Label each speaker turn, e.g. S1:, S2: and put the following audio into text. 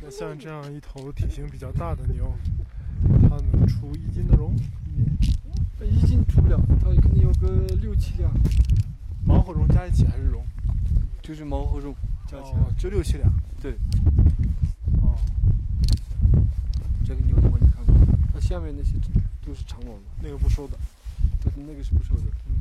S1: 那像这样一头体型比较大的牛，它能出一斤的绒？
S2: 一斤出不了，它肯定有个六七两，
S1: 毛和绒加一起还是绒？
S2: 就是毛和绒加起来。
S1: 哦，就六七两。
S2: 对。
S1: 哦，
S2: 这个牛的话你看过，它下面那些都是长毛的，
S1: 那个不收的。
S2: 但是那个是不收的。
S1: 嗯。